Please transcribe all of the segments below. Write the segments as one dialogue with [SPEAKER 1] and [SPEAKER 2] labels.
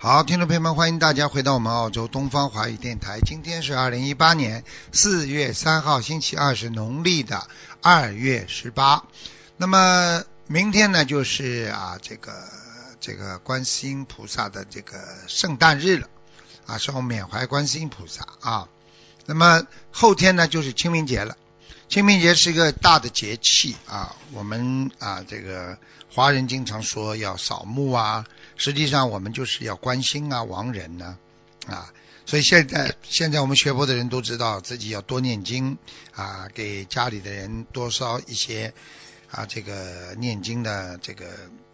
[SPEAKER 1] 好，听众朋友们，欢迎大家回到我们澳洲东方华语电台。今天是二零一八年四月三号，星期二，是农历的二月十八。那么明天呢，就是啊，这个这个观世音菩萨的这个圣诞日了啊，是我们缅怀观世音菩萨啊。那么后天呢，就是清明节了。清明节是一个大的节气啊，我们啊，这个华人经常说要扫墓啊，实际上我们就是要关心啊亡人呢啊所以现在现在我们学佛的人都知道自己要多念经啊，给家里的人多烧一些啊这个念经的这个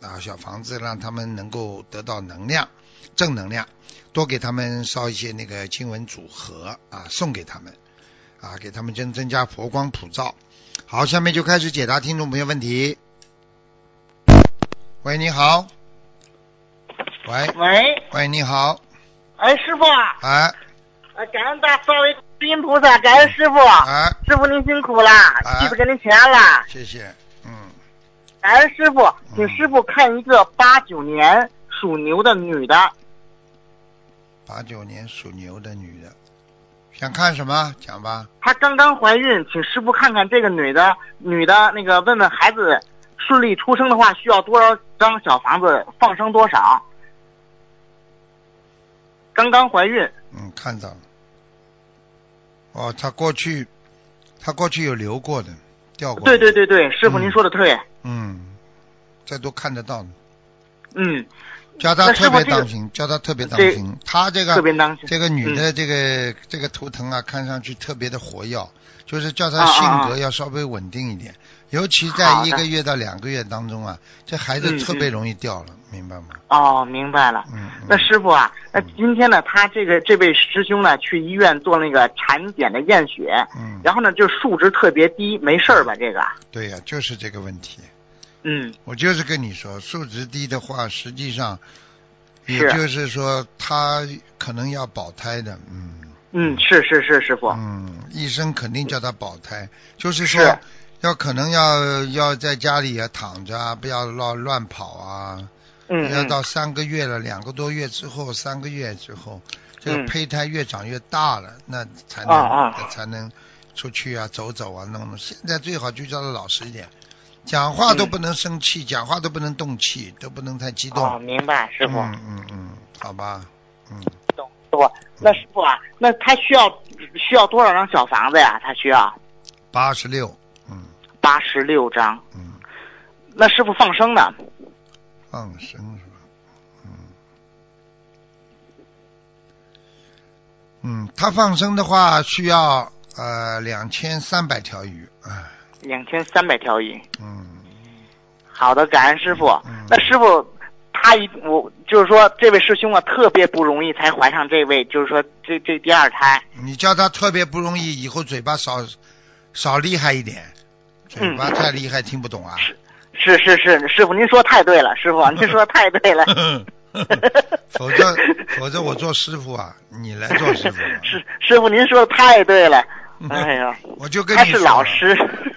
[SPEAKER 1] 啊小房子，让他们能够得到能量正能量，多给他们烧一些那个经文组合啊送给他们啊，给他们增增加佛光普照。好，下面就开始解答听众朋友问题。喂，你好。喂。
[SPEAKER 2] 喂，
[SPEAKER 1] 喂，你好，
[SPEAKER 2] 哎，师傅啊，
[SPEAKER 1] 哎
[SPEAKER 2] 呃感恩大作为观世音菩萨，感恩师傅，
[SPEAKER 1] 哎，
[SPEAKER 2] 师傅您辛苦了，
[SPEAKER 1] 哎
[SPEAKER 2] 弟子给您钱了，
[SPEAKER 1] 谢谢，嗯，
[SPEAKER 2] 感恩师傅，请师傅看一个八九年属牛的女的，
[SPEAKER 1] 八九年属牛的女的，想看什么？讲吧。
[SPEAKER 2] 她刚刚怀孕，请师傅看看这个女的，女的那个问问孩子顺利出生的话，需要多少张小房子放生多少？刚刚怀孕，
[SPEAKER 1] 嗯，看到了。哦，她过去，她过去有流过的，掉过。
[SPEAKER 2] 对对。对对，师傅
[SPEAKER 1] 嗯
[SPEAKER 2] 您说的对，
[SPEAKER 1] 嗯，这都看得到的。
[SPEAKER 2] 嗯，
[SPEAKER 1] 叫她
[SPEAKER 2] 那师
[SPEAKER 1] 特
[SPEAKER 2] 傅
[SPEAKER 1] 别
[SPEAKER 2] 这个
[SPEAKER 1] 当心，叫她特别当
[SPEAKER 2] 对
[SPEAKER 1] 心。她这
[SPEAKER 2] 特
[SPEAKER 1] 个
[SPEAKER 2] 别当心，嗯
[SPEAKER 1] 这个女的这个、这个图腾啊，看上去特别的活跃，就是叫她
[SPEAKER 2] 啊啊
[SPEAKER 1] 性
[SPEAKER 2] 啊
[SPEAKER 1] 格要稍微稳定一点，尤其
[SPEAKER 2] 好
[SPEAKER 1] 在
[SPEAKER 2] 的
[SPEAKER 1] 一个月到两个月当中啊，这孩子
[SPEAKER 2] 嗯
[SPEAKER 1] 特别容易掉了，明白吗？
[SPEAKER 2] 哦，明白了。
[SPEAKER 1] 嗯，嗯
[SPEAKER 2] 那师傅啊，那
[SPEAKER 1] 嗯
[SPEAKER 2] 今天呢，他这个这位师兄呢，去医院做那个产检的验血，
[SPEAKER 1] 嗯，
[SPEAKER 2] 然后呢，就数值特别低，没事儿吧？这个，
[SPEAKER 1] 对呀、就是这个问题。
[SPEAKER 2] 嗯，
[SPEAKER 1] 我就是跟你说，数值低的话，实际上，也
[SPEAKER 2] 是
[SPEAKER 1] 就是说，他可能要保胎的，嗯
[SPEAKER 2] 嗯，是是是，师傅，
[SPEAKER 1] 嗯，医生肯定叫他保胎，就是说
[SPEAKER 2] 是
[SPEAKER 1] 要可能要要在家里啊躺着啊，不要乱乱跑啊，
[SPEAKER 2] 嗯
[SPEAKER 1] 要
[SPEAKER 2] 嗯，
[SPEAKER 1] 到三个月了，两个多月之后，三个月之后，这个
[SPEAKER 2] 嗯
[SPEAKER 1] 胚胎越长越大了，那才能、
[SPEAKER 2] 啊啊
[SPEAKER 1] 才能出去啊，走走啊，弄弄。现在最好就叫他老实一点，讲话都
[SPEAKER 2] 嗯
[SPEAKER 1] 不能生气，讲话都不能动气，都不能太激动。
[SPEAKER 2] 哦，明白，师傅，
[SPEAKER 1] 嗯嗯嗯，好吧，嗯，
[SPEAKER 2] 懂，师傅。那师傅啊，那他需要需要多少张小房子呀？他需要
[SPEAKER 1] 八十六，嗯
[SPEAKER 2] 八十六张。
[SPEAKER 1] 嗯，
[SPEAKER 2] 那师傅放生呢？
[SPEAKER 1] 放生是吧？嗯嗯，他放生的话需要呃两千三百条鱼，哎
[SPEAKER 2] 两千三百条鱼。
[SPEAKER 1] 嗯。
[SPEAKER 2] 好的，感恩师傅。
[SPEAKER 1] 嗯
[SPEAKER 2] 那师傅，他一我就是说，这位师兄啊，特别不容易才怀上这位，就是说这这第二胎。
[SPEAKER 1] 你叫他特别不容易，以后嘴巴少少厉害一点，嘴巴太厉害听不懂啊。
[SPEAKER 2] 是是是，师傅您说太对了，师傅您说太对了。
[SPEAKER 1] 否则否则我做师傅啊，你来做师傅啊、
[SPEAKER 2] 师师傅您说的太对了。哎呀，
[SPEAKER 1] 嗯 我就跟
[SPEAKER 2] 他
[SPEAKER 1] 你
[SPEAKER 2] 是
[SPEAKER 1] 说
[SPEAKER 2] 老
[SPEAKER 1] 了，
[SPEAKER 2] 师。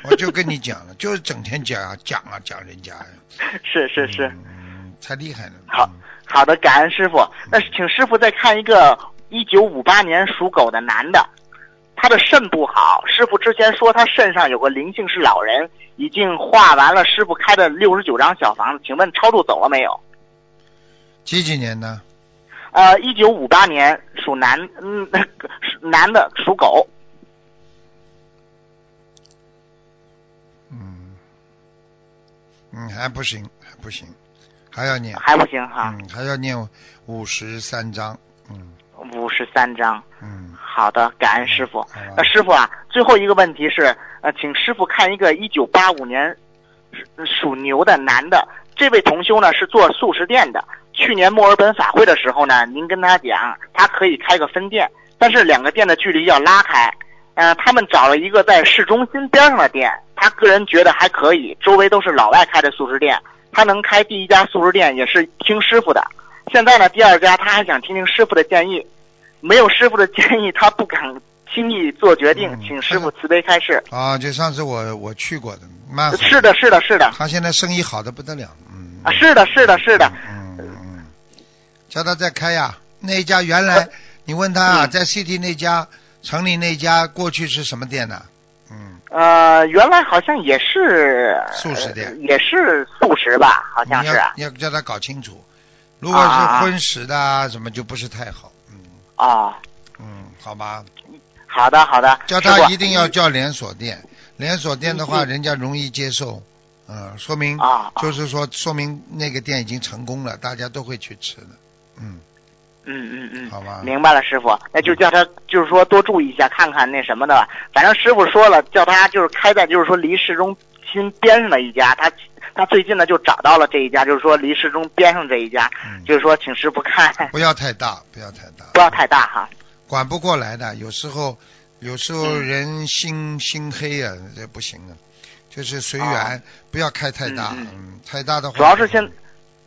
[SPEAKER 1] 我就跟你讲了，就是整天讲啊讲啊讲人家，
[SPEAKER 2] 是是是，
[SPEAKER 1] 嗯，太厉害了。
[SPEAKER 2] 好好的，感恩师傅。那请师傅再看一个一九五八年属狗的男的，他的肾不好。师傅之前说他肾上有个灵性是老人，已经画完了师傅开的六十九张小房子，请问超度走了没有？
[SPEAKER 1] 几几年呢？
[SPEAKER 2] 呃，一九五八年属男，嗯，属男的属狗，
[SPEAKER 1] 嗯嗯，还不行，还不行，还要念，
[SPEAKER 2] 还不行哈，
[SPEAKER 1] 嗯，还要念五十三章，嗯
[SPEAKER 2] 五十三张。
[SPEAKER 1] 嗯，
[SPEAKER 2] 好的，感恩师傅。
[SPEAKER 1] 好
[SPEAKER 2] 那
[SPEAKER 1] 吧。
[SPEAKER 2] 师傅啊，最后一个问题是，呃，请师傅看一个一九八五年属属牛的男的，这位同修呢是做素食店的。去年墨尔本法会的时候呢，您跟他讲，他可以开个分店，但是两个店的距离要拉开。呃，他们找了一个在市中心边上的店，他个人觉得还可以，周围都是老外开的素食店，他能开第一家素食店也是听师傅的。现在呢，第二家他还想听听师傅的建议，没有师傅的建议， 他不敢轻易做决定
[SPEAKER 1] 嗯，
[SPEAKER 2] 请师傅慈悲开示。
[SPEAKER 1] 啊，就上次我我去过的，蛮好。
[SPEAKER 2] 呃是，的，是的，是的，啊
[SPEAKER 1] 他现在生意好的不得了，嗯。
[SPEAKER 2] 啊，是的，是的，是的，
[SPEAKER 1] 嗯嗯嗯，叫他再开呀、那一家原来你问他啊，
[SPEAKER 2] 呃嗯
[SPEAKER 1] 在 CT 那家、城里那家过去是什么店呢？嗯，
[SPEAKER 2] 呃，原来好像也是
[SPEAKER 1] 素食店
[SPEAKER 2] 呃也是素食吧，好像
[SPEAKER 1] 你
[SPEAKER 2] 是
[SPEAKER 1] 要
[SPEAKER 2] 啊
[SPEAKER 1] 你要叫他搞清楚，如果是
[SPEAKER 2] 啊
[SPEAKER 1] 荤食的啊什么就不是太好。嗯
[SPEAKER 2] 哦
[SPEAKER 1] 嗯，好吧，
[SPEAKER 2] 好的好的，
[SPEAKER 1] 叫
[SPEAKER 2] 师
[SPEAKER 1] 他
[SPEAKER 2] 傅
[SPEAKER 1] 一定要叫连锁店，连锁店的话
[SPEAKER 2] 嗯嗯
[SPEAKER 1] 人家容易接受，嗯，说明
[SPEAKER 2] 啊，啊
[SPEAKER 1] 就是说说明那个店已经成功了，大家都会去吃的。嗯，
[SPEAKER 2] 嗯嗯嗯，
[SPEAKER 1] 好吧。
[SPEAKER 2] 明白了，师傅，那就叫
[SPEAKER 1] 嗯
[SPEAKER 2] 他就是说多注意一下，看看那什么的吧。反正师傅说了，叫他就是开在就是说离市中心边上的一家，他他最近呢就找到了这一家，就是说离市中边上这一家，
[SPEAKER 1] 嗯，
[SPEAKER 2] 就是说请师傅看，
[SPEAKER 1] 不要太大，不要太大，
[SPEAKER 2] 不要太大哈。
[SPEAKER 1] 嗯管不过来的。有时候，有时候
[SPEAKER 2] 嗯
[SPEAKER 1] 人心、心黑啊，这不行啊。就是随缘，不要开太大，
[SPEAKER 2] 啊嗯
[SPEAKER 1] 嗯，太大的话。
[SPEAKER 2] 主要是先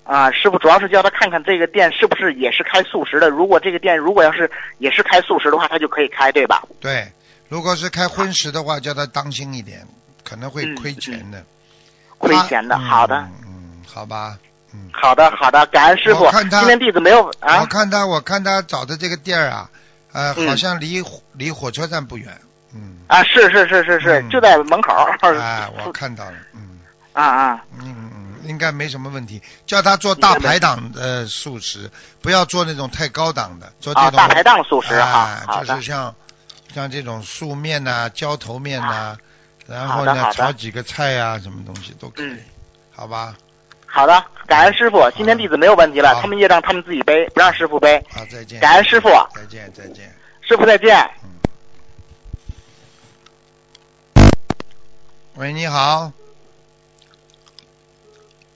[SPEAKER 2] 啊，师傅主要是叫他看看这个店是不是也是开素食的。如果这个店如果要是也是开素食的话，他就可以开，对吧？
[SPEAKER 1] 对，如果是开荤食的话，叫他当心一点，可能会亏钱的。
[SPEAKER 2] 嗯亏钱的。
[SPEAKER 1] 他
[SPEAKER 2] 好的，，
[SPEAKER 1] 啊嗯嗯，好吧，嗯。
[SPEAKER 2] 好的，好的，感恩师傅
[SPEAKER 1] 我看。他
[SPEAKER 2] 今天弟子没有
[SPEAKER 1] 我
[SPEAKER 2] 啊
[SPEAKER 1] 看他，我看他找的这个店儿啊，呃，
[SPEAKER 2] 嗯
[SPEAKER 1] 好像离火离火车站不远，嗯，
[SPEAKER 2] 啊，是是是是是，
[SPEAKER 1] 嗯
[SPEAKER 2] 就在门口。
[SPEAKER 1] 哎， 我看到了，嗯。
[SPEAKER 2] 啊啊。
[SPEAKER 1] 嗯，嗯，应该没什么问题。叫他做大排档的素食，不要做那种太高档的，做这
[SPEAKER 2] 啊，
[SPEAKER 1] 种
[SPEAKER 2] 大排档素食
[SPEAKER 1] 啊
[SPEAKER 2] 哈，，好
[SPEAKER 1] 就
[SPEAKER 2] 的
[SPEAKER 1] 是，像像这种素面呐、浇头面呐、然后
[SPEAKER 2] 好的
[SPEAKER 1] 呢
[SPEAKER 2] 好的
[SPEAKER 1] 炒几个菜呀、什么东西都可以，
[SPEAKER 2] 嗯
[SPEAKER 1] 好吧？
[SPEAKER 2] 好的，感恩师傅，今天弟子没有问题了
[SPEAKER 1] 好，
[SPEAKER 2] 他们业障他们自己背，不让师傅背，
[SPEAKER 1] 好，再见，
[SPEAKER 2] 感恩师傅，
[SPEAKER 1] 再见，再见。
[SPEAKER 2] 师傅再见。
[SPEAKER 1] 喂，你好。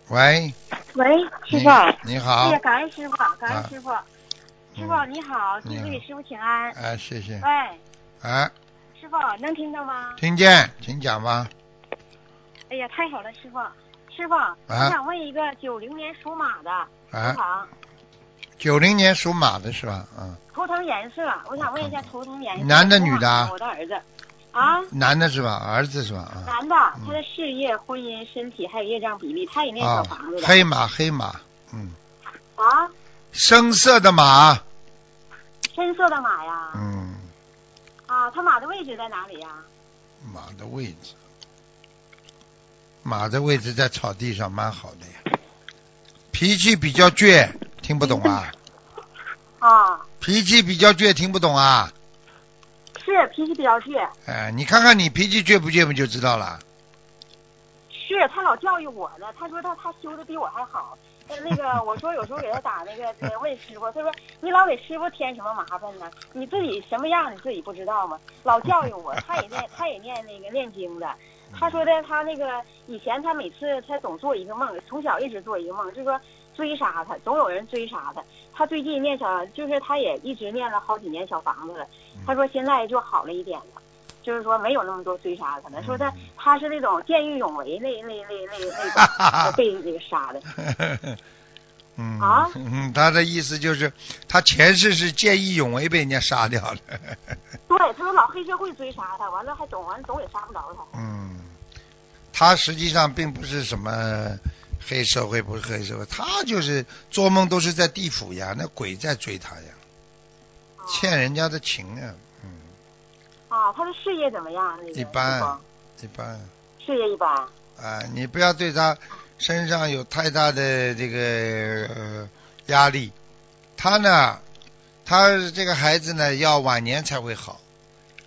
[SPEAKER 1] 喂，
[SPEAKER 3] 喂，师
[SPEAKER 1] 你
[SPEAKER 3] 傅，哎
[SPEAKER 1] 你好啊
[SPEAKER 3] 呀，，感恩师傅，感恩师傅，师傅
[SPEAKER 1] 嗯
[SPEAKER 3] 你好，
[SPEAKER 1] 你
[SPEAKER 3] 弟
[SPEAKER 1] 好
[SPEAKER 3] 子给师傅请安。
[SPEAKER 1] 哎，谢谢，
[SPEAKER 3] 喂，
[SPEAKER 1] 哎，
[SPEAKER 3] 师傅能听到吗？
[SPEAKER 1] 听见，请讲吧。
[SPEAKER 3] 哎呀，太好了，师傅，师傅，
[SPEAKER 1] 啊
[SPEAKER 3] 我想问一个九零年属马的头
[SPEAKER 1] 哎，
[SPEAKER 3] 疼，
[SPEAKER 1] 九零年属马的是吧？嗯，
[SPEAKER 3] 头疼颜色，我想问一下头疼颜色。
[SPEAKER 1] 男的女的啊
[SPEAKER 3] 我的儿子，啊，
[SPEAKER 1] 男的是吧？儿子是吧？啊。
[SPEAKER 3] 男的，他的事业、婚姻、身体还有业障比例，他也念
[SPEAKER 1] 啊
[SPEAKER 3] 小房子，的
[SPEAKER 1] 黑马，黑马，嗯，
[SPEAKER 3] 啊，
[SPEAKER 1] 深色的马，
[SPEAKER 3] 深色的马呀，
[SPEAKER 1] 嗯，
[SPEAKER 3] 啊，他马的位置在哪里呀？
[SPEAKER 1] 马的位置，马的位置在草地上，蛮好的呀。脾气比较倔，听不懂啊？
[SPEAKER 3] 啊，
[SPEAKER 1] 脾气比较倔，听不懂啊？
[SPEAKER 3] 是脾气比较倔，
[SPEAKER 1] 哎，你看看你脾气倔不倔，不就知道了？
[SPEAKER 3] 是他老教育我呢，他说他他修的比我还好。呃那个我说有时候给他打那个呃问师傅，他说你老给师傅添什么麻烦呢？你自己什么样你自己不知道吗？老教育我，他也念他也念那个念经的。他说的他那个以前他每次他总做一个梦，从小一直做一个梦，就说追杀他，总有人追杀他。他最近念小，就是他也一直念了好几年小房子了。
[SPEAKER 1] 嗯
[SPEAKER 3] 他说现在就好了一点了，就是说没有那么多追杀他了。说他
[SPEAKER 1] 嗯
[SPEAKER 3] 他是那种见义勇为那那那那那种。被那个 杀的
[SPEAKER 1] 嗯
[SPEAKER 3] 啊
[SPEAKER 1] 嗯，他的意思就是，他前世是见义勇为被人家杀掉了。
[SPEAKER 3] 对，他说老黑社会追杀他，完了还总完总也杀不着他。
[SPEAKER 1] 嗯，他实际上并不是什么黑社会，不是黑社会，他就是做梦都是在地府呀，那鬼在追他呀，
[SPEAKER 3] 啊
[SPEAKER 1] 欠人家的情啊，嗯，
[SPEAKER 3] 啊，他的事业怎么样？那个
[SPEAKER 1] 一般
[SPEAKER 3] 师傅
[SPEAKER 1] 一般
[SPEAKER 3] 事业一般。
[SPEAKER 1] 啊，你不要对他身上有太大的这个、呃、压力，他呢，他这个孩子呢，要晚年才会好，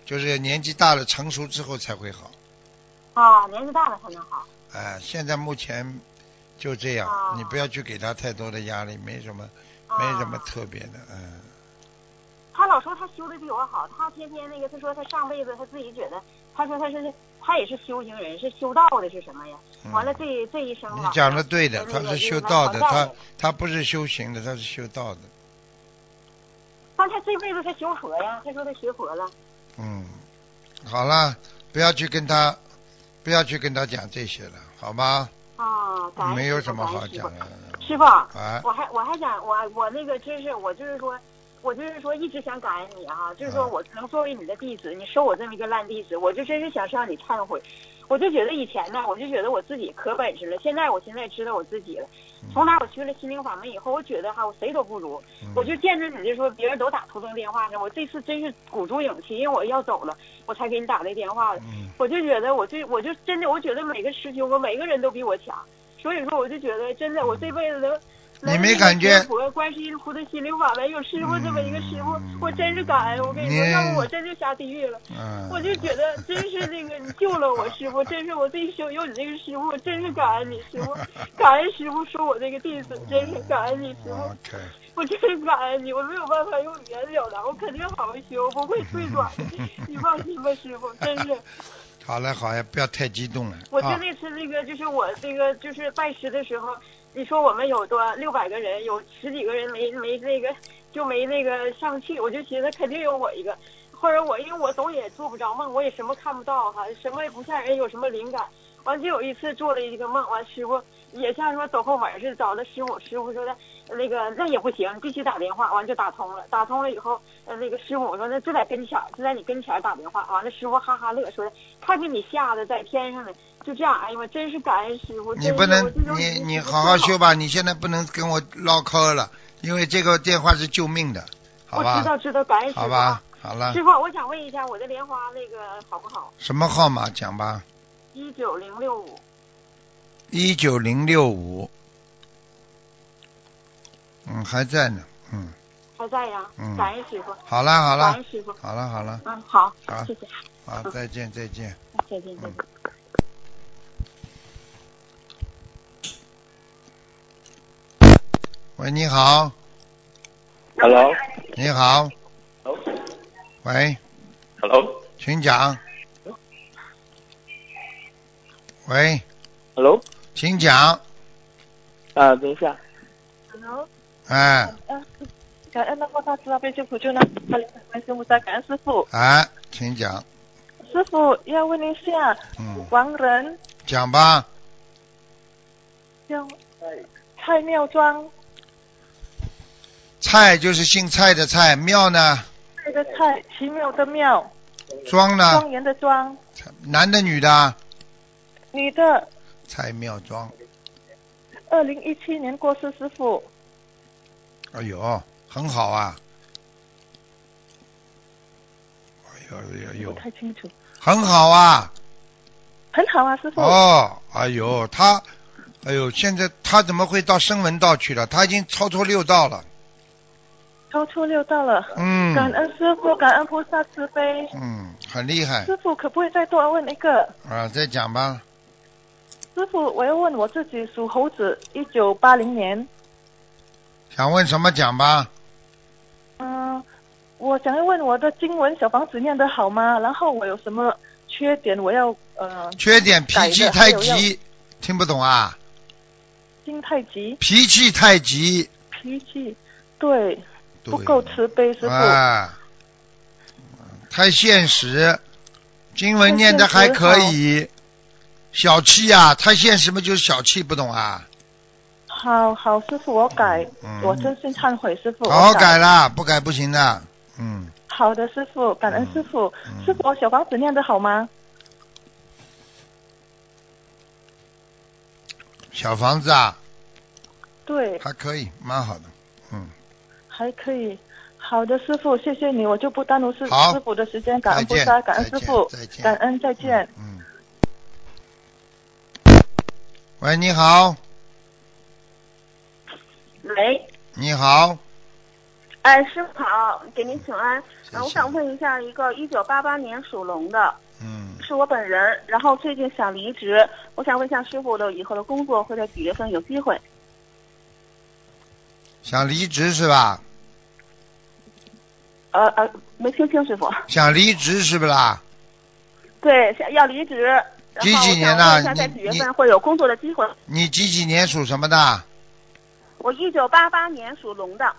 [SPEAKER 1] 就是年纪大了成熟之后才会好。
[SPEAKER 3] 啊，年纪大了才能好。
[SPEAKER 1] 啊，现在目前就这样，
[SPEAKER 3] 哦
[SPEAKER 1] 你不要去给他太多的压力，没什么，
[SPEAKER 3] 啊、
[SPEAKER 1] 没什么特别的，嗯，
[SPEAKER 3] 他老说他修的比我好，他天天那个，他说他上辈子他自己觉得，他说他是他也是修行人，是修道的，是什么呀？
[SPEAKER 1] 嗯
[SPEAKER 3] 完了这这一生
[SPEAKER 1] 你
[SPEAKER 3] 吧，
[SPEAKER 1] 讲的对的，
[SPEAKER 3] 那
[SPEAKER 1] 他是
[SPEAKER 3] 个
[SPEAKER 1] 修
[SPEAKER 3] 就是
[SPEAKER 1] 道的，
[SPEAKER 3] 还债
[SPEAKER 1] 他
[SPEAKER 3] 的
[SPEAKER 1] 他不是修行的，他是修道的，
[SPEAKER 3] 但他这辈子他修佛呀，他说他学佛了。
[SPEAKER 1] 嗯，好了，不要去跟他，不要去跟他讲这些了，好吗？
[SPEAKER 3] 啊，感恩
[SPEAKER 1] 没有
[SPEAKER 3] 师
[SPEAKER 1] 什
[SPEAKER 3] 傅
[SPEAKER 1] 么
[SPEAKER 3] 感恩
[SPEAKER 1] 好
[SPEAKER 3] 师
[SPEAKER 1] 讲
[SPEAKER 3] 傅
[SPEAKER 1] 的，
[SPEAKER 3] 师傅，
[SPEAKER 1] 啊，
[SPEAKER 3] 我还我还想我我那个真是我就是说，我就是说一直想感恩你啊，就是说
[SPEAKER 1] 嗯
[SPEAKER 3] 我能作为你的弟子，你收我这么一个烂弟子，我就真是想向你忏悔。我就觉得以前呢，我就觉得我自己可本事了，现在我现在知道我自己了。
[SPEAKER 1] 嗯
[SPEAKER 3] 从打我学了心灵法门以后，我觉得哈，我谁都不如。
[SPEAKER 1] 嗯
[SPEAKER 3] 我就见着你就说，别人都打途中电话呢，我这次真是鼓足勇气，因为我要走了，我才给你打这电话的。
[SPEAKER 1] 嗯
[SPEAKER 3] 我就觉得我这，我就真的，我觉得每个师兄，我每个人都比我强。所以说，我就觉得真的，我这辈子都。
[SPEAKER 1] 你没感觉
[SPEAKER 3] 能学佛观世音菩萨心灵法门有师傅这么一个师傅，我真是感恩。我跟你说，
[SPEAKER 1] 嗯你
[SPEAKER 3] 要不我真就下地狱了。
[SPEAKER 1] 嗯，
[SPEAKER 3] 我就觉得真是那个你救了我师傅，真是我这一生有你这个师傅，真是感恩你师傅，感恩师傅收我这个弟子，真是感恩你师傅，
[SPEAKER 1] OK，
[SPEAKER 3] 我真是感恩你，我没有办法用语言表达，我肯定好好修，我不会退转的，你放心吧，师傅，真是。
[SPEAKER 1] 好了好了，不要太激动了。
[SPEAKER 3] 我就
[SPEAKER 1] 啊
[SPEAKER 3] 那次那个，就是我这个就是拜师的时候，你说我们有多六百个人，有十几个人没没那个就没那个上去，我就寻思肯定有我一个，或者我因为我总也做不着梦，我也什么看不到哈，什么也不像人有什么灵感。完就有一次做了一个梦，完师傅也像说走后门似的找了师傅，师傅说的那个那也不行，必须打电话，完就打通了，打通了以后，呃那个师傅我说那就在跟前儿，就在你跟前儿打电话，完了师傅哈哈乐说的看给你吓的在天上呢，就这样，哎呀妈，真是感恩师傅，
[SPEAKER 1] 你不能
[SPEAKER 3] 真是我这，种
[SPEAKER 1] 你
[SPEAKER 3] 人
[SPEAKER 1] 你
[SPEAKER 3] 真是
[SPEAKER 1] 好好
[SPEAKER 3] 不
[SPEAKER 1] 修吧，你现在不能跟我唠嗑了，因为这个电话是救命的，好
[SPEAKER 3] 我知道
[SPEAKER 1] 吧？
[SPEAKER 3] 知道，感恩师傅
[SPEAKER 1] 好
[SPEAKER 3] 啊。
[SPEAKER 1] 吧，嗯好了
[SPEAKER 3] 师，傅，我想问一下我的莲花那个好不好？
[SPEAKER 1] 什么号码讲吧？
[SPEAKER 3] 一九零六五，
[SPEAKER 1] 一九零六五，嗯，还在呢，嗯，
[SPEAKER 3] 还在呀？
[SPEAKER 1] 嗯
[SPEAKER 3] 感恩师傅，
[SPEAKER 1] 好了好
[SPEAKER 3] 感
[SPEAKER 1] 了
[SPEAKER 3] 恩，师傅。
[SPEAKER 1] 好了好了，
[SPEAKER 3] 嗯，好，
[SPEAKER 1] 好
[SPEAKER 3] 谢谢，
[SPEAKER 1] 好，再见再见。
[SPEAKER 3] 再见，再见。
[SPEAKER 1] 喂，你好，
[SPEAKER 4] Hello，
[SPEAKER 1] 你好，
[SPEAKER 4] Hello，
[SPEAKER 1] 喂，
[SPEAKER 4] Hello，
[SPEAKER 1] 请讲。喂，
[SPEAKER 4] Hello，
[SPEAKER 1] 请讲，
[SPEAKER 4] 啊，等一下，
[SPEAKER 1] 哎
[SPEAKER 5] 感恩南无大慈大悲救苦救难大灵观世音菩萨，感恩师傅。
[SPEAKER 1] 哎，请讲，
[SPEAKER 5] 师傅要问一下，
[SPEAKER 1] 嗯，
[SPEAKER 5] 王仁
[SPEAKER 1] 讲吧。
[SPEAKER 5] 叫蔡妙呃庄
[SPEAKER 1] 蔡就是姓蔡的蔡，庙呢，
[SPEAKER 5] 那个蔡，奇妙的妙，
[SPEAKER 1] 庄呢，
[SPEAKER 5] 庄严的庄，
[SPEAKER 1] 蔡男的女的啊，
[SPEAKER 5] 女的，
[SPEAKER 1] 蔡庙庄。
[SPEAKER 5] 二零一七年过世，师傅。
[SPEAKER 1] 哎呦，很好啊。哎呦哎呦哎
[SPEAKER 5] 不
[SPEAKER 1] 呦，
[SPEAKER 5] 太清楚。
[SPEAKER 1] 很好啊。
[SPEAKER 5] 很好啊，师傅。
[SPEAKER 1] 哦，哎呦，他，哎呦，现在他怎么会到声闻道去了？他已经超出六道了。
[SPEAKER 5] 超出六道了。
[SPEAKER 1] 嗯
[SPEAKER 5] 感恩师傅，感恩菩萨慈悲。
[SPEAKER 1] 嗯，很厉害
[SPEAKER 5] 师傅，可不可以再多问一个？
[SPEAKER 1] 啊！再讲吧，
[SPEAKER 5] 师傅，我要问我自己属猴子，一九八零年。
[SPEAKER 1] 想问什么讲吧。
[SPEAKER 5] 嗯，我想要问我的经文小房子念得好吗？然后我有什么缺点？我要呃，
[SPEAKER 1] 缺点脾
[SPEAKER 5] 改
[SPEAKER 1] 气
[SPEAKER 5] 的
[SPEAKER 1] 太
[SPEAKER 5] 还有要
[SPEAKER 1] 急，听不懂啊？
[SPEAKER 5] 心太急，
[SPEAKER 1] 脾气太急，
[SPEAKER 5] 脾气对
[SPEAKER 1] 对
[SPEAKER 5] 不够慈悲，师傅、
[SPEAKER 1] 啊，太现实，经文念的还可以，小气啊，太现实嘛，就是小气，不懂啊？
[SPEAKER 5] 好好师傅，我改，
[SPEAKER 1] 嗯
[SPEAKER 5] 我真心忏悔，师傅，
[SPEAKER 1] 好好
[SPEAKER 5] 哦我
[SPEAKER 1] 改。啦，不改不行的。嗯，
[SPEAKER 5] 好的，师傅，感恩师傅。
[SPEAKER 1] 嗯
[SPEAKER 5] 师傅，我小房子念得好吗？
[SPEAKER 1] 小房子啊，
[SPEAKER 5] 对，
[SPEAKER 1] 还可以，蛮好的。嗯，
[SPEAKER 5] 还可以。好的，师傅，谢谢你，我就不耽误师
[SPEAKER 1] 好
[SPEAKER 5] 师傅的时间，感
[SPEAKER 1] 再
[SPEAKER 5] 恩菩
[SPEAKER 1] 见，
[SPEAKER 5] 萨，感
[SPEAKER 1] 再
[SPEAKER 5] 恩师
[SPEAKER 1] 见
[SPEAKER 5] 傅
[SPEAKER 1] 再，见
[SPEAKER 5] 感恩再见。
[SPEAKER 1] 嗯。喂，你好，嗯
[SPEAKER 6] 喂，
[SPEAKER 1] 你好，
[SPEAKER 6] 哎，师傅好，给您请安。
[SPEAKER 1] 谢
[SPEAKER 6] 呃我
[SPEAKER 1] 谢
[SPEAKER 6] 想问一下，一个一九八八年属龙的，
[SPEAKER 1] 嗯，
[SPEAKER 6] 是我本人儿，然后最近想离职，我想问一下师傅的以后的工作会在几月份有机会？
[SPEAKER 1] 想离职是吧？
[SPEAKER 6] 呃呃，没听清师傅。
[SPEAKER 1] 想离职是不啦？
[SPEAKER 6] 对，想要离职，然后
[SPEAKER 1] 几
[SPEAKER 6] 我
[SPEAKER 1] 几
[SPEAKER 6] 想问
[SPEAKER 1] 年
[SPEAKER 6] 一
[SPEAKER 1] 呐
[SPEAKER 6] 下在
[SPEAKER 1] 你
[SPEAKER 6] 几月
[SPEAKER 1] 你
[SPEAKER 6] 份会有工作的机会？
[SPEAKER 1] 你几几年属什么的？
[SPEAKER 6] 我一九八八年属龙的，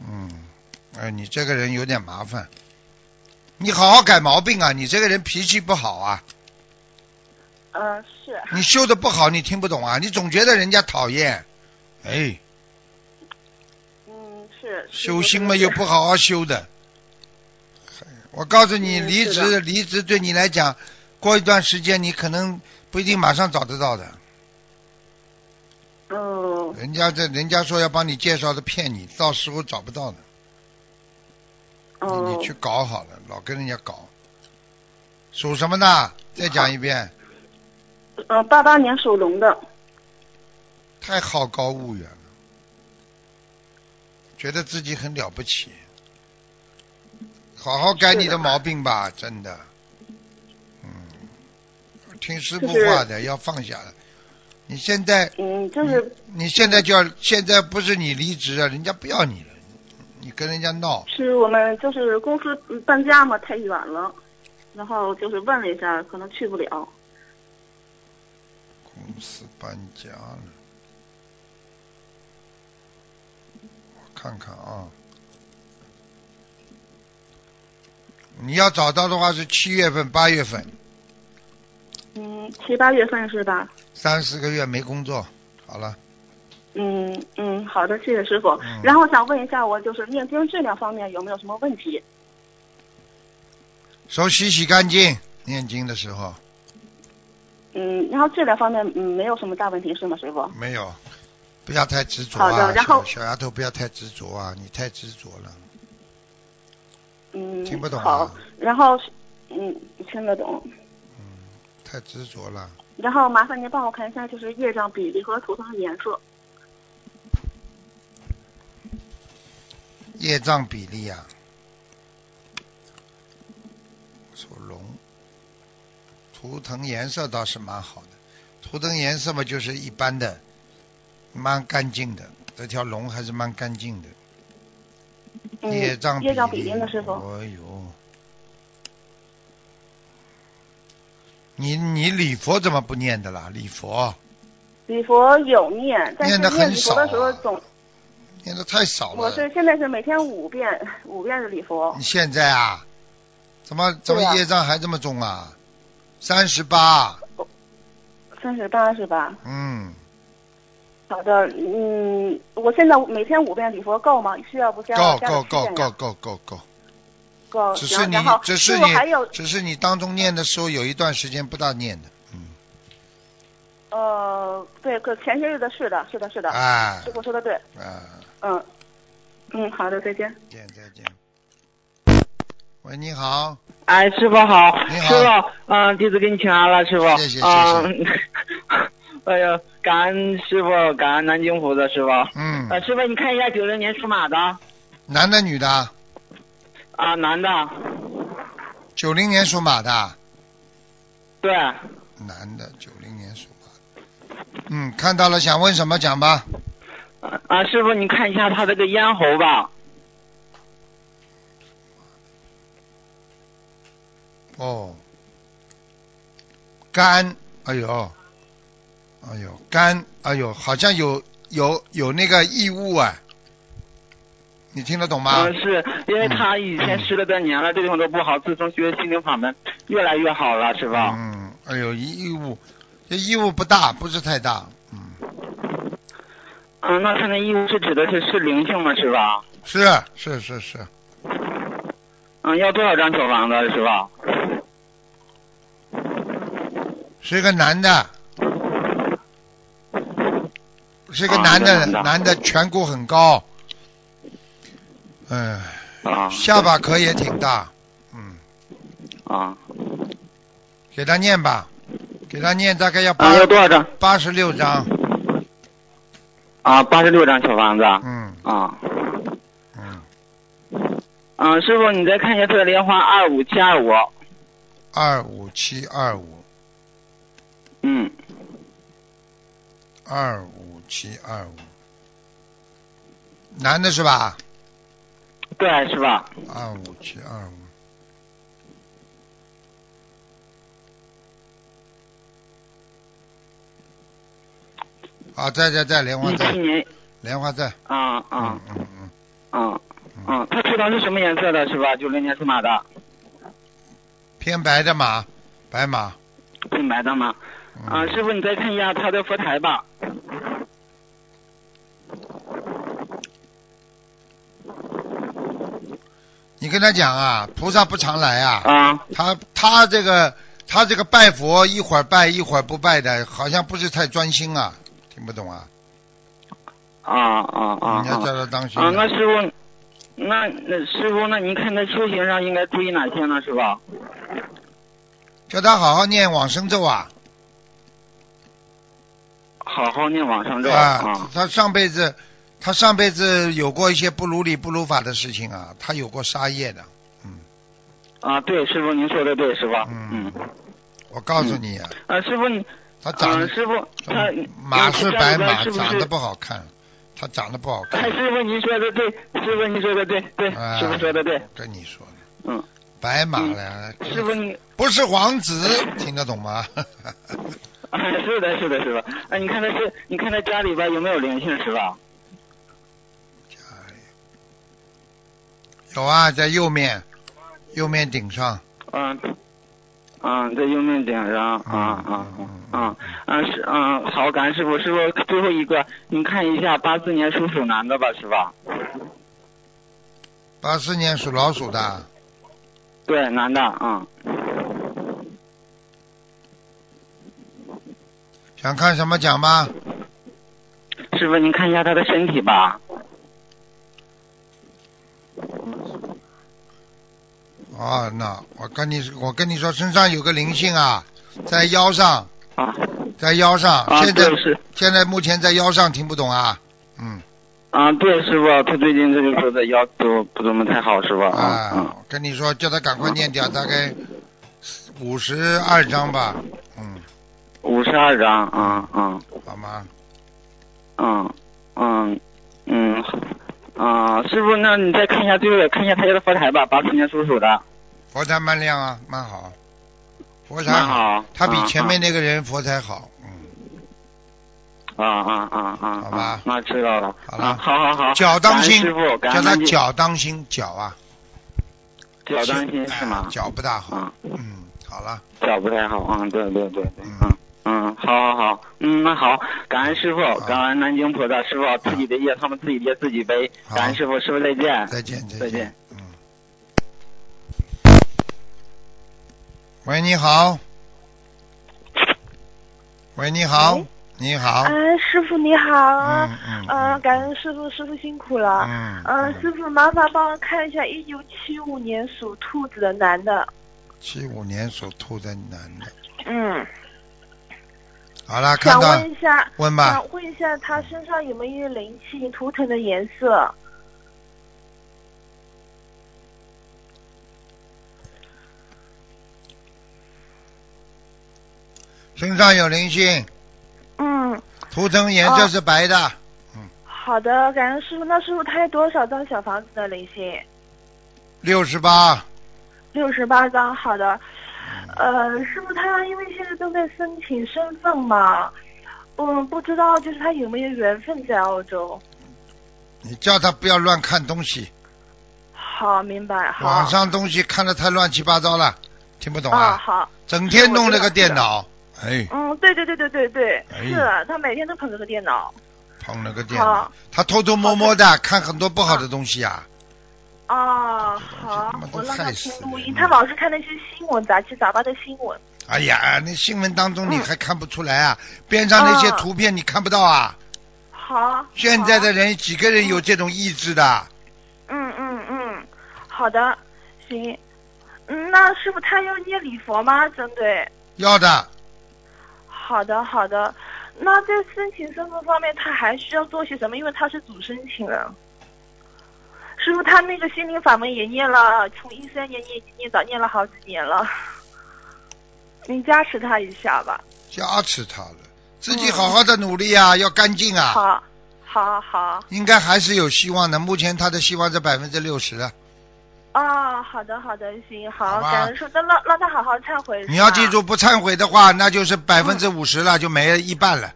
[SPEAKER 1] 嗯，哎，你这个人有点麻烦，你好好改毛病啊！你这个人脾气不好啊，
[SPEAKER 6] 嗯、是，
[SPEAKER 1] 你修的不好，你听不懂啊，你总觉得人家讨厌，哎，
[SPEAKER 6] 嗯是。是
[SPEAKER 1] 修心嘛又不好好修的，我告诉你，
[SPEAKER 7] 嗯
[SPEAKER 1] 离
[SPEAKER 7] 是
[SPEAKER 1] 职
[SPEAKER 7] 的
[SPEAKER 1] 离职对你来讲，过一段时间你可能不一定马上找得到的。
[SPEAKER 7] 嗯，
[SPEAKER 1] 人家这人家说要帮你介绍的骗你，到时候找不到的。你
[SPEAKER 6] 嗯
[SPEAKER 7] 哦
[SPEAKER 1] 你，去搞好了，老跟人家搞。属什么的？再讲一遍。
[SPEAKER 5] 呃，
[SPEAKER 6] 嗯
[SPEAKER 5] 八八年属龙的，
[SPEAKER 1] 太好高骛远了，觉得自己很了不起。好好改你的毛病吧，真的。嗯，听师傅
[SPEAKER 5] 就是
[SPEAKER 1] 话的，要放下了。你现在，
[SPEAKER 5] 嗯，就是
[SPEAKER 1] 你现在就要，现在不是你离职啊，人家不要你了，你跟人家闹，
[SPEAKER 5] 是我们就是公司嗯搬家嘛，太远了，然后就是问了一下，可能去不了。
[SPEAKER 1] 公司搬家了。我看看啊，你要找到的话是七月份、八月份，
[SPEAKER 5] 嗯，七八月份是吧？
[SPEAKER 1] 三四个月没工作。好了，
[SPEAKER 5] 嗯嗯，好的，谢谢师傅。
[SPEAKER 1] 嗯
[SPEAKER 5] 然后想问一下，我就是念经质量方面有没有什么问题？
[SPEAKER 1] 手洗洗干净，念经的时候
[SPEAKER 5] 嗯，然后质量方面嗯没有什么大问题是吗，师傅？
[SPEAKER 1] 没有，不要太执着
[SPEAKER 5] 好的
[SPEAKER 1] 啊，
[SPEAKER 5] 然后
[SPEAKER 1] 小小丫头不要太执着啊，你太执着了，
[SPEAKER 5] 嗯，
[SPEAKER 1] 听不懂
[SPEAKER 5] 好
[SPEAKER 1] 啊，，
[SPEAKER 5] 然后是嗯听得懂。
[SPEAKER 1] 嗯太执着了。
[SPEAKER 5] 然后麻烦您帮我看一下，就是业障比例和图腾的颜色。
[SPEAKER 1] 业障比例啊，属龙，图腾颜色倒是蛮好的，图腾颜色嘛就是一般的，蛮干净的，这条龙还是蛮干净的。
[SPEAKER 5] 嗯，
[SPEAKER 1] 业障
[SPEAKER 5] 业障
[SPEAKER 1] 比
[SPEAKER 5] 比例呢，师傅？
[SPEAKER 1] 哎呦，你你礼佛怎么不念的啦？礼佛
[SPEAKER 5] 礼佛有念，但是
[SPEAKER 1] 念得很
[SPEAKER 5] 念礼佛的时
[SPEAKER 1] 少
[SPEAKER 5] 候
[SPEAKER 1] 啊
[SPEAKER 5] 总，
[SPEAKER 1] 念的太少了。
[SPEAKER 5] 我是现在是每天五遍，五遍的礼佛。
[SPEAKER 1] 你现在啊，怎么怎
[SPEAKER 5] 对
[SPEAKER 1] 么
[SPEAKER 5] 啊
[SPEAKER 1] 业障还这么重啊？三十八，
[SPEAKER 5] 三十八是吧？
[SPEAKER 1] 嗯，
[SPEAKER 5] 好的，嗯，我现在每天五遍礼佛够吗？需要不需要
[SPEAKER 1] 够
[SPEAKER 5] 加
[SPEAKER 1] 够
[SPEAKER 5] 点
[SPEAKER 1] 够
[SPEAKER 5] 时间
[SPEAKER 1] 够
[SPEAKER 5] 呀
[SPEAKER 1] 够够够，
[SPEAKER 5] 够
[SPEAKER 1] 只
[SPEAKER 5] 行
[SPEAKER 1] 是你
[SPEAKER 5] 然后
[SPEAKER 1] 只
[SPEAKER 5] 师
[SPEAKER 1] 是
[SPEAKER 5] 傅
[SPEAKER 1] 你
[SPEAKER 5] 还有
[SPEAKER 1] 只是你当中念的时候有一段时间不大念的，嗯，
[SPEAKER 5] 呃，对，可前些日子是的，是的，是的，
[SPEAKER 1] 哎
[SPEAKER 5] 师傅说的对，
[SPEAKER 1] 啊，
[SPEAKER 5] 嗯，嗯，好的，再见。
[SPEAKER 1] 见再见。喂，你好，
[SPEAKER 8] 哎，师傅好，
[SPEAKER 1] 你好
[SPEAKER 8] 师傅，嗯，弟子给你请安了，师傅，
[SPEAKER 1] 谢谢谢谢
[SPEAKER 8] 嗯， 哎呦，感恩师傅，感恩南京菩萨师傅，
[SPEAKER 1] 嗯，
[SPEAKER 8] 呃，师傅，你看一下九零年属马的
[SPEAKER 1] 男的女的？
[SPEAKER 8] 啊，男的，
[SPEAKER 1] 九零年属马的，啊
[SPEAKER 8] 对，
[SPEAKER 1] 男的，九零年属马的，嗯，看到了，想问什么讲吧。
[SPEAKER 8] 啊，师傅，你看一下他这个咽喉吧，
[SPEAKER 1] 哦，肝，哎呦，哎呦，肝，哎呦，好像有有有那个异物啊，你听得懂吗？
[SPEAKER 8] 嗯，是因为他以前失了多年了，这地方都不好，自从学心灵法门，越来越好了，师傅，
[SPEAKER 1] 嗯，哎呦，异物，这异物不大，不是太大，嗯，
[SPEAKER 8] 嗯，那他那义务是指的是是灵性吗，师傅？
[SPEAKER 1] 是是是是，
[SPEAKER 8] 嗯，要多少张小房子，师傅？
[SPEAKER 1] 是个男的，是个
[SPEAKER 8] 啊
[SPEAKER 1] 男的，
[SPEAKER 8] 是个男的
[SPEAKER 1] 男的颧骨很高，嗯，
[SPEAKER 8] 啊，
[SPEAKER 1] 下巴壳也挺大，嗯。
[SPEAKER 8] 啊，
[SPEAKER 1] 给他念吧，给他念大概要八嗯
[SPEAKER 8] 啊，要多少张？
[SPEAKER 1] 八十六章，
[SPEAKER 8] 啊，八十六张小房子。
[SPEAKER 1] 嗯
[SPEAKER 8] 啊，
[SPEAKER 1] 嗯，
[SPEAKER 8] 嗯，师傅，你再看一下他的莲花二五七二五。
[SPEAKER 1] 二五七二五
[SPEAKER 8] 嗯，
[SPEAKER 1] 二五七二五，男的是吧？
[SPEAKER 8] 对，是吧？
[SPEAKER 1] 二五七二五，啊，在在在，莲花
[SPEAKER 8] 一七
[SPEAKER 1] 在，
[SPEAKER 8] 年，
[SPEAKER 1] 莲花在，
[SPEAKER 8] 嗯啊啊
[SPEAKER 1] 嗯嗯嗯，
[SPEAKER 8] 啊啊，他图腾是什么颜色的？是吧？九零年属马的，
[SPEAKER 1] 偏白的马，白马，
[SPEAKER 8] 挺白的嘛。
[SPEAKER 1] 嗯、
[SPEAKER 8] 啊，师傅，你再看一下他的佛台吧。
[SPEAKER 1] 你你跟他讲啊，菩萨不常来啊，
[SPEAKER 8] 啊，
[SPEAKER 1] 他他这个他这个拜佛一会儿拜一会儿不拜的，好像不是太专心啊，听不懂啊，
[SPEAKER 8] 啊啊啊
[SPEAKER 1] 你要叫
[SPEAKER 8] 啊
[SPEAKER 1] 他当心
[SPEAKER 8] 啊！
[SPEAKER 1] 啊、
[SPEAKER 8] 那师傅，那那师傅，那您看在修行上应该注意哪些呢？是吧？
[SPEAKER 1] 叫他好好念往生咒啊
[SPEAKER 8] 好好念往上咒
[SPEAKER 1] 啊
[SPEAKER 8] 啊！
[SPEAKER 1] 他上辈子他上辈子有过一些不如理不如法的事情啊，他有过杀业的，
[SPEAKER 8] 啊！对，师傅您说的对，是吧？
[SPEAKER 1] 嗯我告诉你啊，
[SPEAKER 8] 啊，师傅，你
[SPEAKER 1] 他长
[SPEAKER 8] 啊，
[SPEAKER 1] 得、嗯
[SPEAKER 8] 师傅，他
[SPEAKER 1] 马是白马，
[SPEAKER 8] 是不
[SPEAKER 1] 长
[SPEAKER 8] 是
[SPEAKER 1] 得？不好看，他长得不好看
[SPEAKER 8] 哎，，师傅您说的对，师傅您说的对，对，
[SPEAKER 1] 啊
[SPEAKER 8] 师傅说的对，
[SPEAKER 1] 跟你说的，
[SPEAKER 8] 嗯，
[SPEAKER 1] 白马了，
[SPEAKER 8] 师傅你
[SPEAKER 1] 不是王子，听得懂吗？
[SPEAKER 8] 啊，是的，是的，是吧？啊，你看他是，你看他家里边有没有灵性是吧？
[SPEAKER 1] 哎有啊，在右面，右面顶上。
[SPEAKER 8] 嗯，嗯，在右面顶上，啊啊啊啊啊是嗯，好，感恩师傅，师傅最后一个，您看一下八四年属鼠男的吧，是吧？
[SPEAKER 1] 八四年属老鼠的，
[SPEAKER 8] 对，男的，啊、
[SPEAKER 1] 想看什么奖吗？
[SPEAKER 8] 师傅您看一下他的身体吧，
[SPEAKER 1] 哦，那我跟你我跟你说，身上有个灵性啊，在腰上，
[SPEAKER 8] 啊
[SPEAKER 1] 在腰上。
[SPEAKER 8] 啊，
[SPEAKER 1] 现在
[SPEAKER 8] 对是，
[SPEAKER 1] 现在目前在腰上，听不懂啊？嗯
[SPEAKER 8] 啊对师傅，他最近这个说的腰都不怎么太好，是吧？啊嗯。
[SPEAKER 1] 我跟你说，叫他赶快念掉，大概五十二章吧。嗯，
[SPEAKER 8] 五十二张，嗯嗯
[SPEAKER 1] 好吗？
[SPEAKER 8] 嗯嗯嗯，啊、师傅，那你再看一下最后的，看一下他家的佛台吧，八四年属鼠的，
[SPEAKER 1] 佛台蛮亮啊，蛮好，佛台
[SPEAKER 8] 蛮好，啊
[SPEAKER 1] 他比前面
[SPEAKER 8] 那
[SPEAKER 1] 那个人佛台好。嗯，
[SPEAKER 8] 啊啊啊啊，
[SPEAKER 1] 好吧
[SPEAKER 8] 那知道了，
[SPEAKER 1] 好了
[SPEAKER 8] 啊好好好，
[SPEAKER 1] 脚当心
[SPEAKER 8] 感恩师傅，感
[SPEAKER 1] 叫
[SPEAKER 8] 恩
[SPEAKER 1] 他
[SPEAKER 8] 师傅
[SPEAKER 1] 脚当心，脚啊，
[SPEAKER 8] 脚当心是吗
[SPEAKER 1] 哎？脚不大好。
[SPEAKER 8] 啊，
[SPEAKER 1] 嗯，好了，
[SPEAKER 8] 脚不太好，嗯，对对对对，
[SPEAKER 1] 嗯
[SPEAKER 8] 嗯。嗯，好好好，嗯，那好，感恩师傅，感恩南京菩萨，师傅自己的业他们自己业自己背，
[SPEAKER 1] 好
[SPEAKER 8] 感恩师傅，师傅再见。
[SPEAKER 1] 再见，
[SPEAKER 8] 啊
[SPEAKER 1] 见
[SPEAKER 8] 再见。
[SPEAKER 1] 嗯。喂，你好。喂，你好
[SPEAKER 5] 喂，
[SPEAKER 1] 你好。
[SPEAKER 5] 哎，师傅你好啊，
[SPEAKER 1] 嗯嗯。
[SPEAKER 5] 嗯，感恩师傅，师傅辛苦了。
[SPEAKER 1] 嗯。
[SPEAKER 5] 嗯，师傅，麻烦帮我看一下一九七五年属兔子的男的。
[SPEAKER 1] 七五年属兔的男的。
[SPEAKER 5] 嗯，
[SPEAKER 1] 好了，看
[SPEAKER 5] 想
[SPEAKER 1] 到
[SPEAKER 5] 问一下，
[SPEAKER 1] 问吧，
[SPEAKER 5] 想问一下他身上有没有灵气、图腾的颜色？
[SPEAKER 1] 身上有灵性，
[SPEAKER 5] 嗯，
[SPEAKER 1] 图腾颜色
[SPEAKER 5] 哦
[SPEAKER 1] 是白的，
[SPEAKER 5] 好的，感恩师傅。那师傅他有多少张小房子的灵性？
[SPEAKER 1] 六十八。
[SPEAKER 5] 六十八张，好的。
[SPEAKER 1] 嗯
[SPEAKER 5] 呃，师傅他因为现在正在申请身份嘛，嗯，不知道就是他有没有缘分在澳洲。
[SPEAKER 1] 你叫他不要乱看东西，
[SPEAKER 5] 好，明白，好。
[SPEAKER 1] 网上东西看的太乱七八糟了，听不懂
[SPEAKER 5] 啊，
[SPEAKER 1] 啊？
[SPEAKER 5] 好。
[SPEAKER 1] 整天弄那个电脑，哎，
[SPEAKER 5] 嗯，对对对对对对，
[SPEAKER 1] 哎
[SPEAKER 5] 是啊他每天都捧着个电脑。
[SPEAKER 1] 碰那个电脑
[SPEAKER 5] 好，，
[SPEAKER 1] 他偷偷摸摸的看很多不好的东西啊。
[SPEAKER 5] 啊，
[SPEAKER 1] 他
[SPEAKER 5] 好
[SPEAKER 1] 妈，都
[SPEAKER 5] 我让他
[SPEAKER 1] 害
[SPEAKER 5] 听
[SPEAKER 1] 死
[SPEAKER 5] 录
[SPEAKER 1] 人
[SPEAKER 5] 音，
[SPEAKER 1] 了
[SPEAKER 5] 他老是看那些新闻，杂七杂八的新闻。
[SPEAKER 1] 哎呀，那新闻当中你
[SPEAKER 5] 嗯
[SPEAKER 1] 还看不出来啊？边上那些
[SPEAKER 5] 啊
[SPEAKER 1] 图片你看不到啊？
[SPEAKER 5] 好，
[SPEAKER 1] 现在
[SPEAKER 5] 好
[SPEAKER 1] 的人几个人有这种意志的？
[SPEAKER 5] 嗯嗯嗯，好的，行。嗯，那师傅他要念礼佛吗？针对？
[SPEAKER 1] 要的，
[SPEAKER 5] 好的好的。那在申请身份方面，他还需要做些什么？因为他是主申请人。师傅，他那个心灵法门也念了，从一三年念已经念到念了好几年了。您加持他一下吧。
[SPEAKER 1] 加持他了，自己好好的努力啊，要干净啊。
[SPEAKER 5] 嗯好，好，好。
[SPEAKER 1] 应该还是有希望的，目前他的希望在百分之六十
[SPEAKER 5] 嗯
[SPEAKER 1] 啊。
[SPEAKER 5] 啊、好的，好的，行，
[SPEAKER 1] 好
[SPEAKER 5] 好，
[SPEAKER 1] 吧
[SPEAKER 5] 感恩师傅，那让让他好好忏悔。是
[SPEAKER 1] 你要
[SPEAKER 5] 吧
[SPEAKER 1] 记住，不忏悔的话，那就是百分之五十了，就没一半了。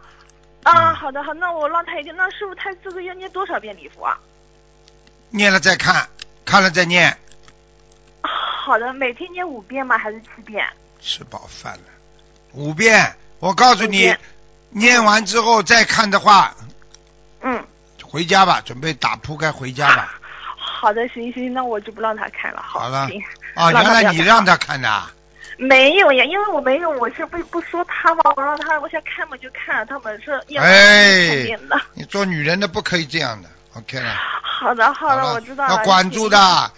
[SPEAKER 5] 啊，
[SPEAKER 1] 嗯
[SPEAKER 5] 好的好，那我让他一定。那师傅他这个要念多少遍礼佛啊？
[SPEAKER 1] 念了再看，看了再念，
[SPEAKER 5] 啊好的，每天念五遍吗？还是七遍？
[SPEAKER 1] 吃饱饭了。五遍，我告诉
[SPEAKER 5] 五
[SPEAKER 1] 你
[SPEAKER 5] 遍，
[SPEAKER 1] 念完之后再看的话，
[SPEAKER 5] 嗯，
[SPEAKER 1] 回家吧，准备打铺盖回家吧。
[SPEAKER 5] 好的，行行，那我就不让他看了。
[SPEAKER 1] 好了
[SPEAKER 5] 行
[SPEAKER 1] 啊，
[SPEAKER 5] 那
[SPEAKER 1] 原
[SPEAKER 5] 他不
[SPEAKER 1] 来
[SPEAKER 5] 要
[SPEAKER 1] 你
[SPEAKER 5] 看
[SPEAKER 1] 让他看的啊，
[SPEAKER 5] 没有呀，因为我没有，我是不不说他嘛，我让他，我想看嘛就看，他们是要
[SPEAKER 1] 哎
[SPEAKER 5] 看见的。
[SPEAKER 1] 你做女人的不可以这样的，OK 了，
[SPEAKER 5] 好的，好的，
[SPEAKER 1] 了，
[SPEAKER 5] 我知道了。
[SPEAKER 1] 要管住
[SPEAKER 5] 行。
[SPEAKER 1] 的，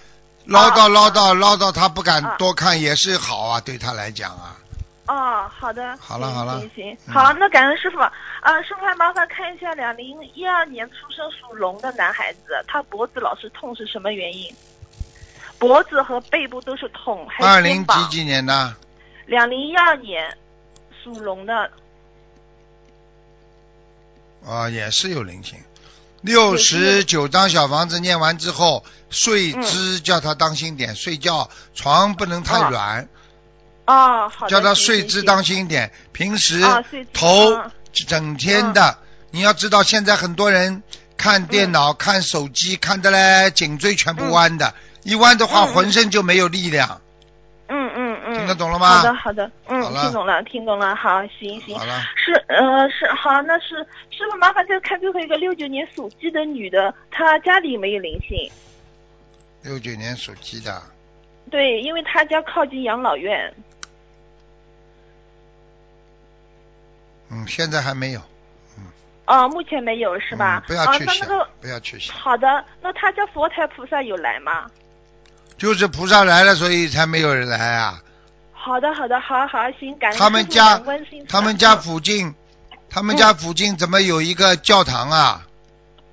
[SPEAKER 1] 唠叨唠叨唠叨，他不
[SPEAKER 5] 啊
[SPEAKER 1] 敢多看也是好啊，对他来讲啊，
[SPEAKER 5] 哦，好的。
[SPEAKER 1] 好了
[SPEAKER 5] 行
[SPEAKER 1] 好了
[SPEAKER 5] 行行，
[SPEAKER 1] 嗯
[SPEAKER 5] 好，那感恩师傅啊，师傅还麻烦看一下两零一二年出生属龙的男孩子，他脖子老是痛是什么原因？脖子和背部都是痛，还
[SPEAKER 1] 二
[SPEAKER 5] 有
[SPEAKER 1] 零
[SPEAKER 5] 肩
[SPEAKER 1] 几
[SPEAKER 5] 膀。
[SPEAKER 1] 几年的，
[SPEAKER 5] 两零一二年属龙的，
[SPEAKER 1] 啊，也是有灵性。六十九张小房子念完之后，睡
[SPEAKER 5] 嗯
[SPEAKER 1] 姿叫他当心点，睡觉床不能太
[SPEAKER 5] 哦
[SPEAKER 1] 软，
[SPEAKER 5] 哦，好的。
[SPEAKER 1] 叫他
[SPEAKER 5] 行
[SPEAKER 1] 睡
[SPEAKER 5] 行
[SPEAKER 1] 姿
[SPEAKER 5] 行
[SPEAKER 1] 当心点。平时
[SPEAKER 5] 啊嗯睡姿
[SPEAKER 1] 头
[SPEAKER 5] 嗯
[SPEAKER 1] 整天的，你要知道现在很多人
[SPEAKER 5] 嗯
[SPEAKER 1] 看电脑、看手机，看的嘞颈椎全部弯的，一弯的话
[SPEAKER 5] 嗯嗯
[SPEAKER 1] 浑身就没有力量。
[SPEAKER 5] 嗯嗯嗯，
[SPEAKER 1] 听得懂了吗
[SPEAKER 5] 好的好的，嗯
[SPEAKER 1] 好，了
[SPEAKER 5] 听懂了听懂了，好，行行
[SPEAKER 1] 好，了，
[SPEAKER 5] 是呃是好，那是师傅麻烦再看最后一个六九年属鸡的女的，她家里有没有灵性，
[SPEAKER 1] 六九年属鸡的，
[SPEAKER 5] 对，因为她家靠近养老院，
[SPEAKER 1] 嗯，现在还没有，
[SPEAKER 5] 啊，目前没有是吧
[SPEAKER 1] 嗯？不要
[SPEAKER 5] 啊
[SPEAKER 1] 去，
[SPEAKER 5] 那
[SPEAKER 1] 想，
[SPEAKER 5] 那个
[SPEAKER 1] 不要去想，
[SPEAKER 5] 好的，那她家佛台菩萨有来吗？
[SPEAKER 1] 就是菩萨来了，所以才没有人来啊。
[SPEAKER 5] 好的好的，好好行，感恩
[SPEAKER 1] 他们
[SPEAKER 5] 师傅
[SPEAKER 1] 家
[SPEAKER 5] 感恩观世音菩萨
[SPEAKER 1] 他们家附近，他们家附近怎么有一个教堂啊？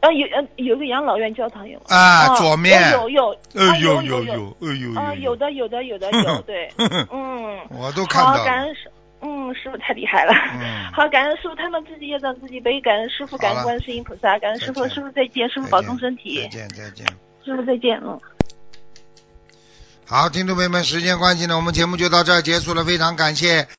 [SPEAKER 5] 呃有呃有个养老院教堂有吗？
[SPEAKER 1] 啊，
[SPEAKER 5] 哦
[SPEAKER 1] 左面，
[SPEAKER 5] 有有啊有
[SPEAKER 1] 有
[SPEAKER 5] 有，，
[SPEAKER 1] 哎呦哎
[SPEAKER 5] 啊有，的有的有的有， 对，嗯。
[SPEAKER 1] 我都看
[SPEAKER 5] 好，
[SPEAKER 1] 到
[SPEAKER 5] 感
[SPEAKER 1] 了。
[SPEAKER 5] 恩师，嗯，师傅太厉害了。
[SPEAKER 1] 嗯
[SPEAKER 5] 好，感恩师傅，他们自己也让自己背，感恩师傅，
[SPEAKER 1] 好了
[SPEAKER 5] 感恩观世音菩萨，感恩师傅，
[SPEAKER 1] 再见
[SPEAKER 5] 师傅再见，师傅保重身体
[SPEAKER 1] 再，见再见。
[SPEAKER 5] 师傅再见，嗯。
[SPEAKER 1] 好，听众朋友们，时间关系呢，我们节目就到这儿结束了，非常感谢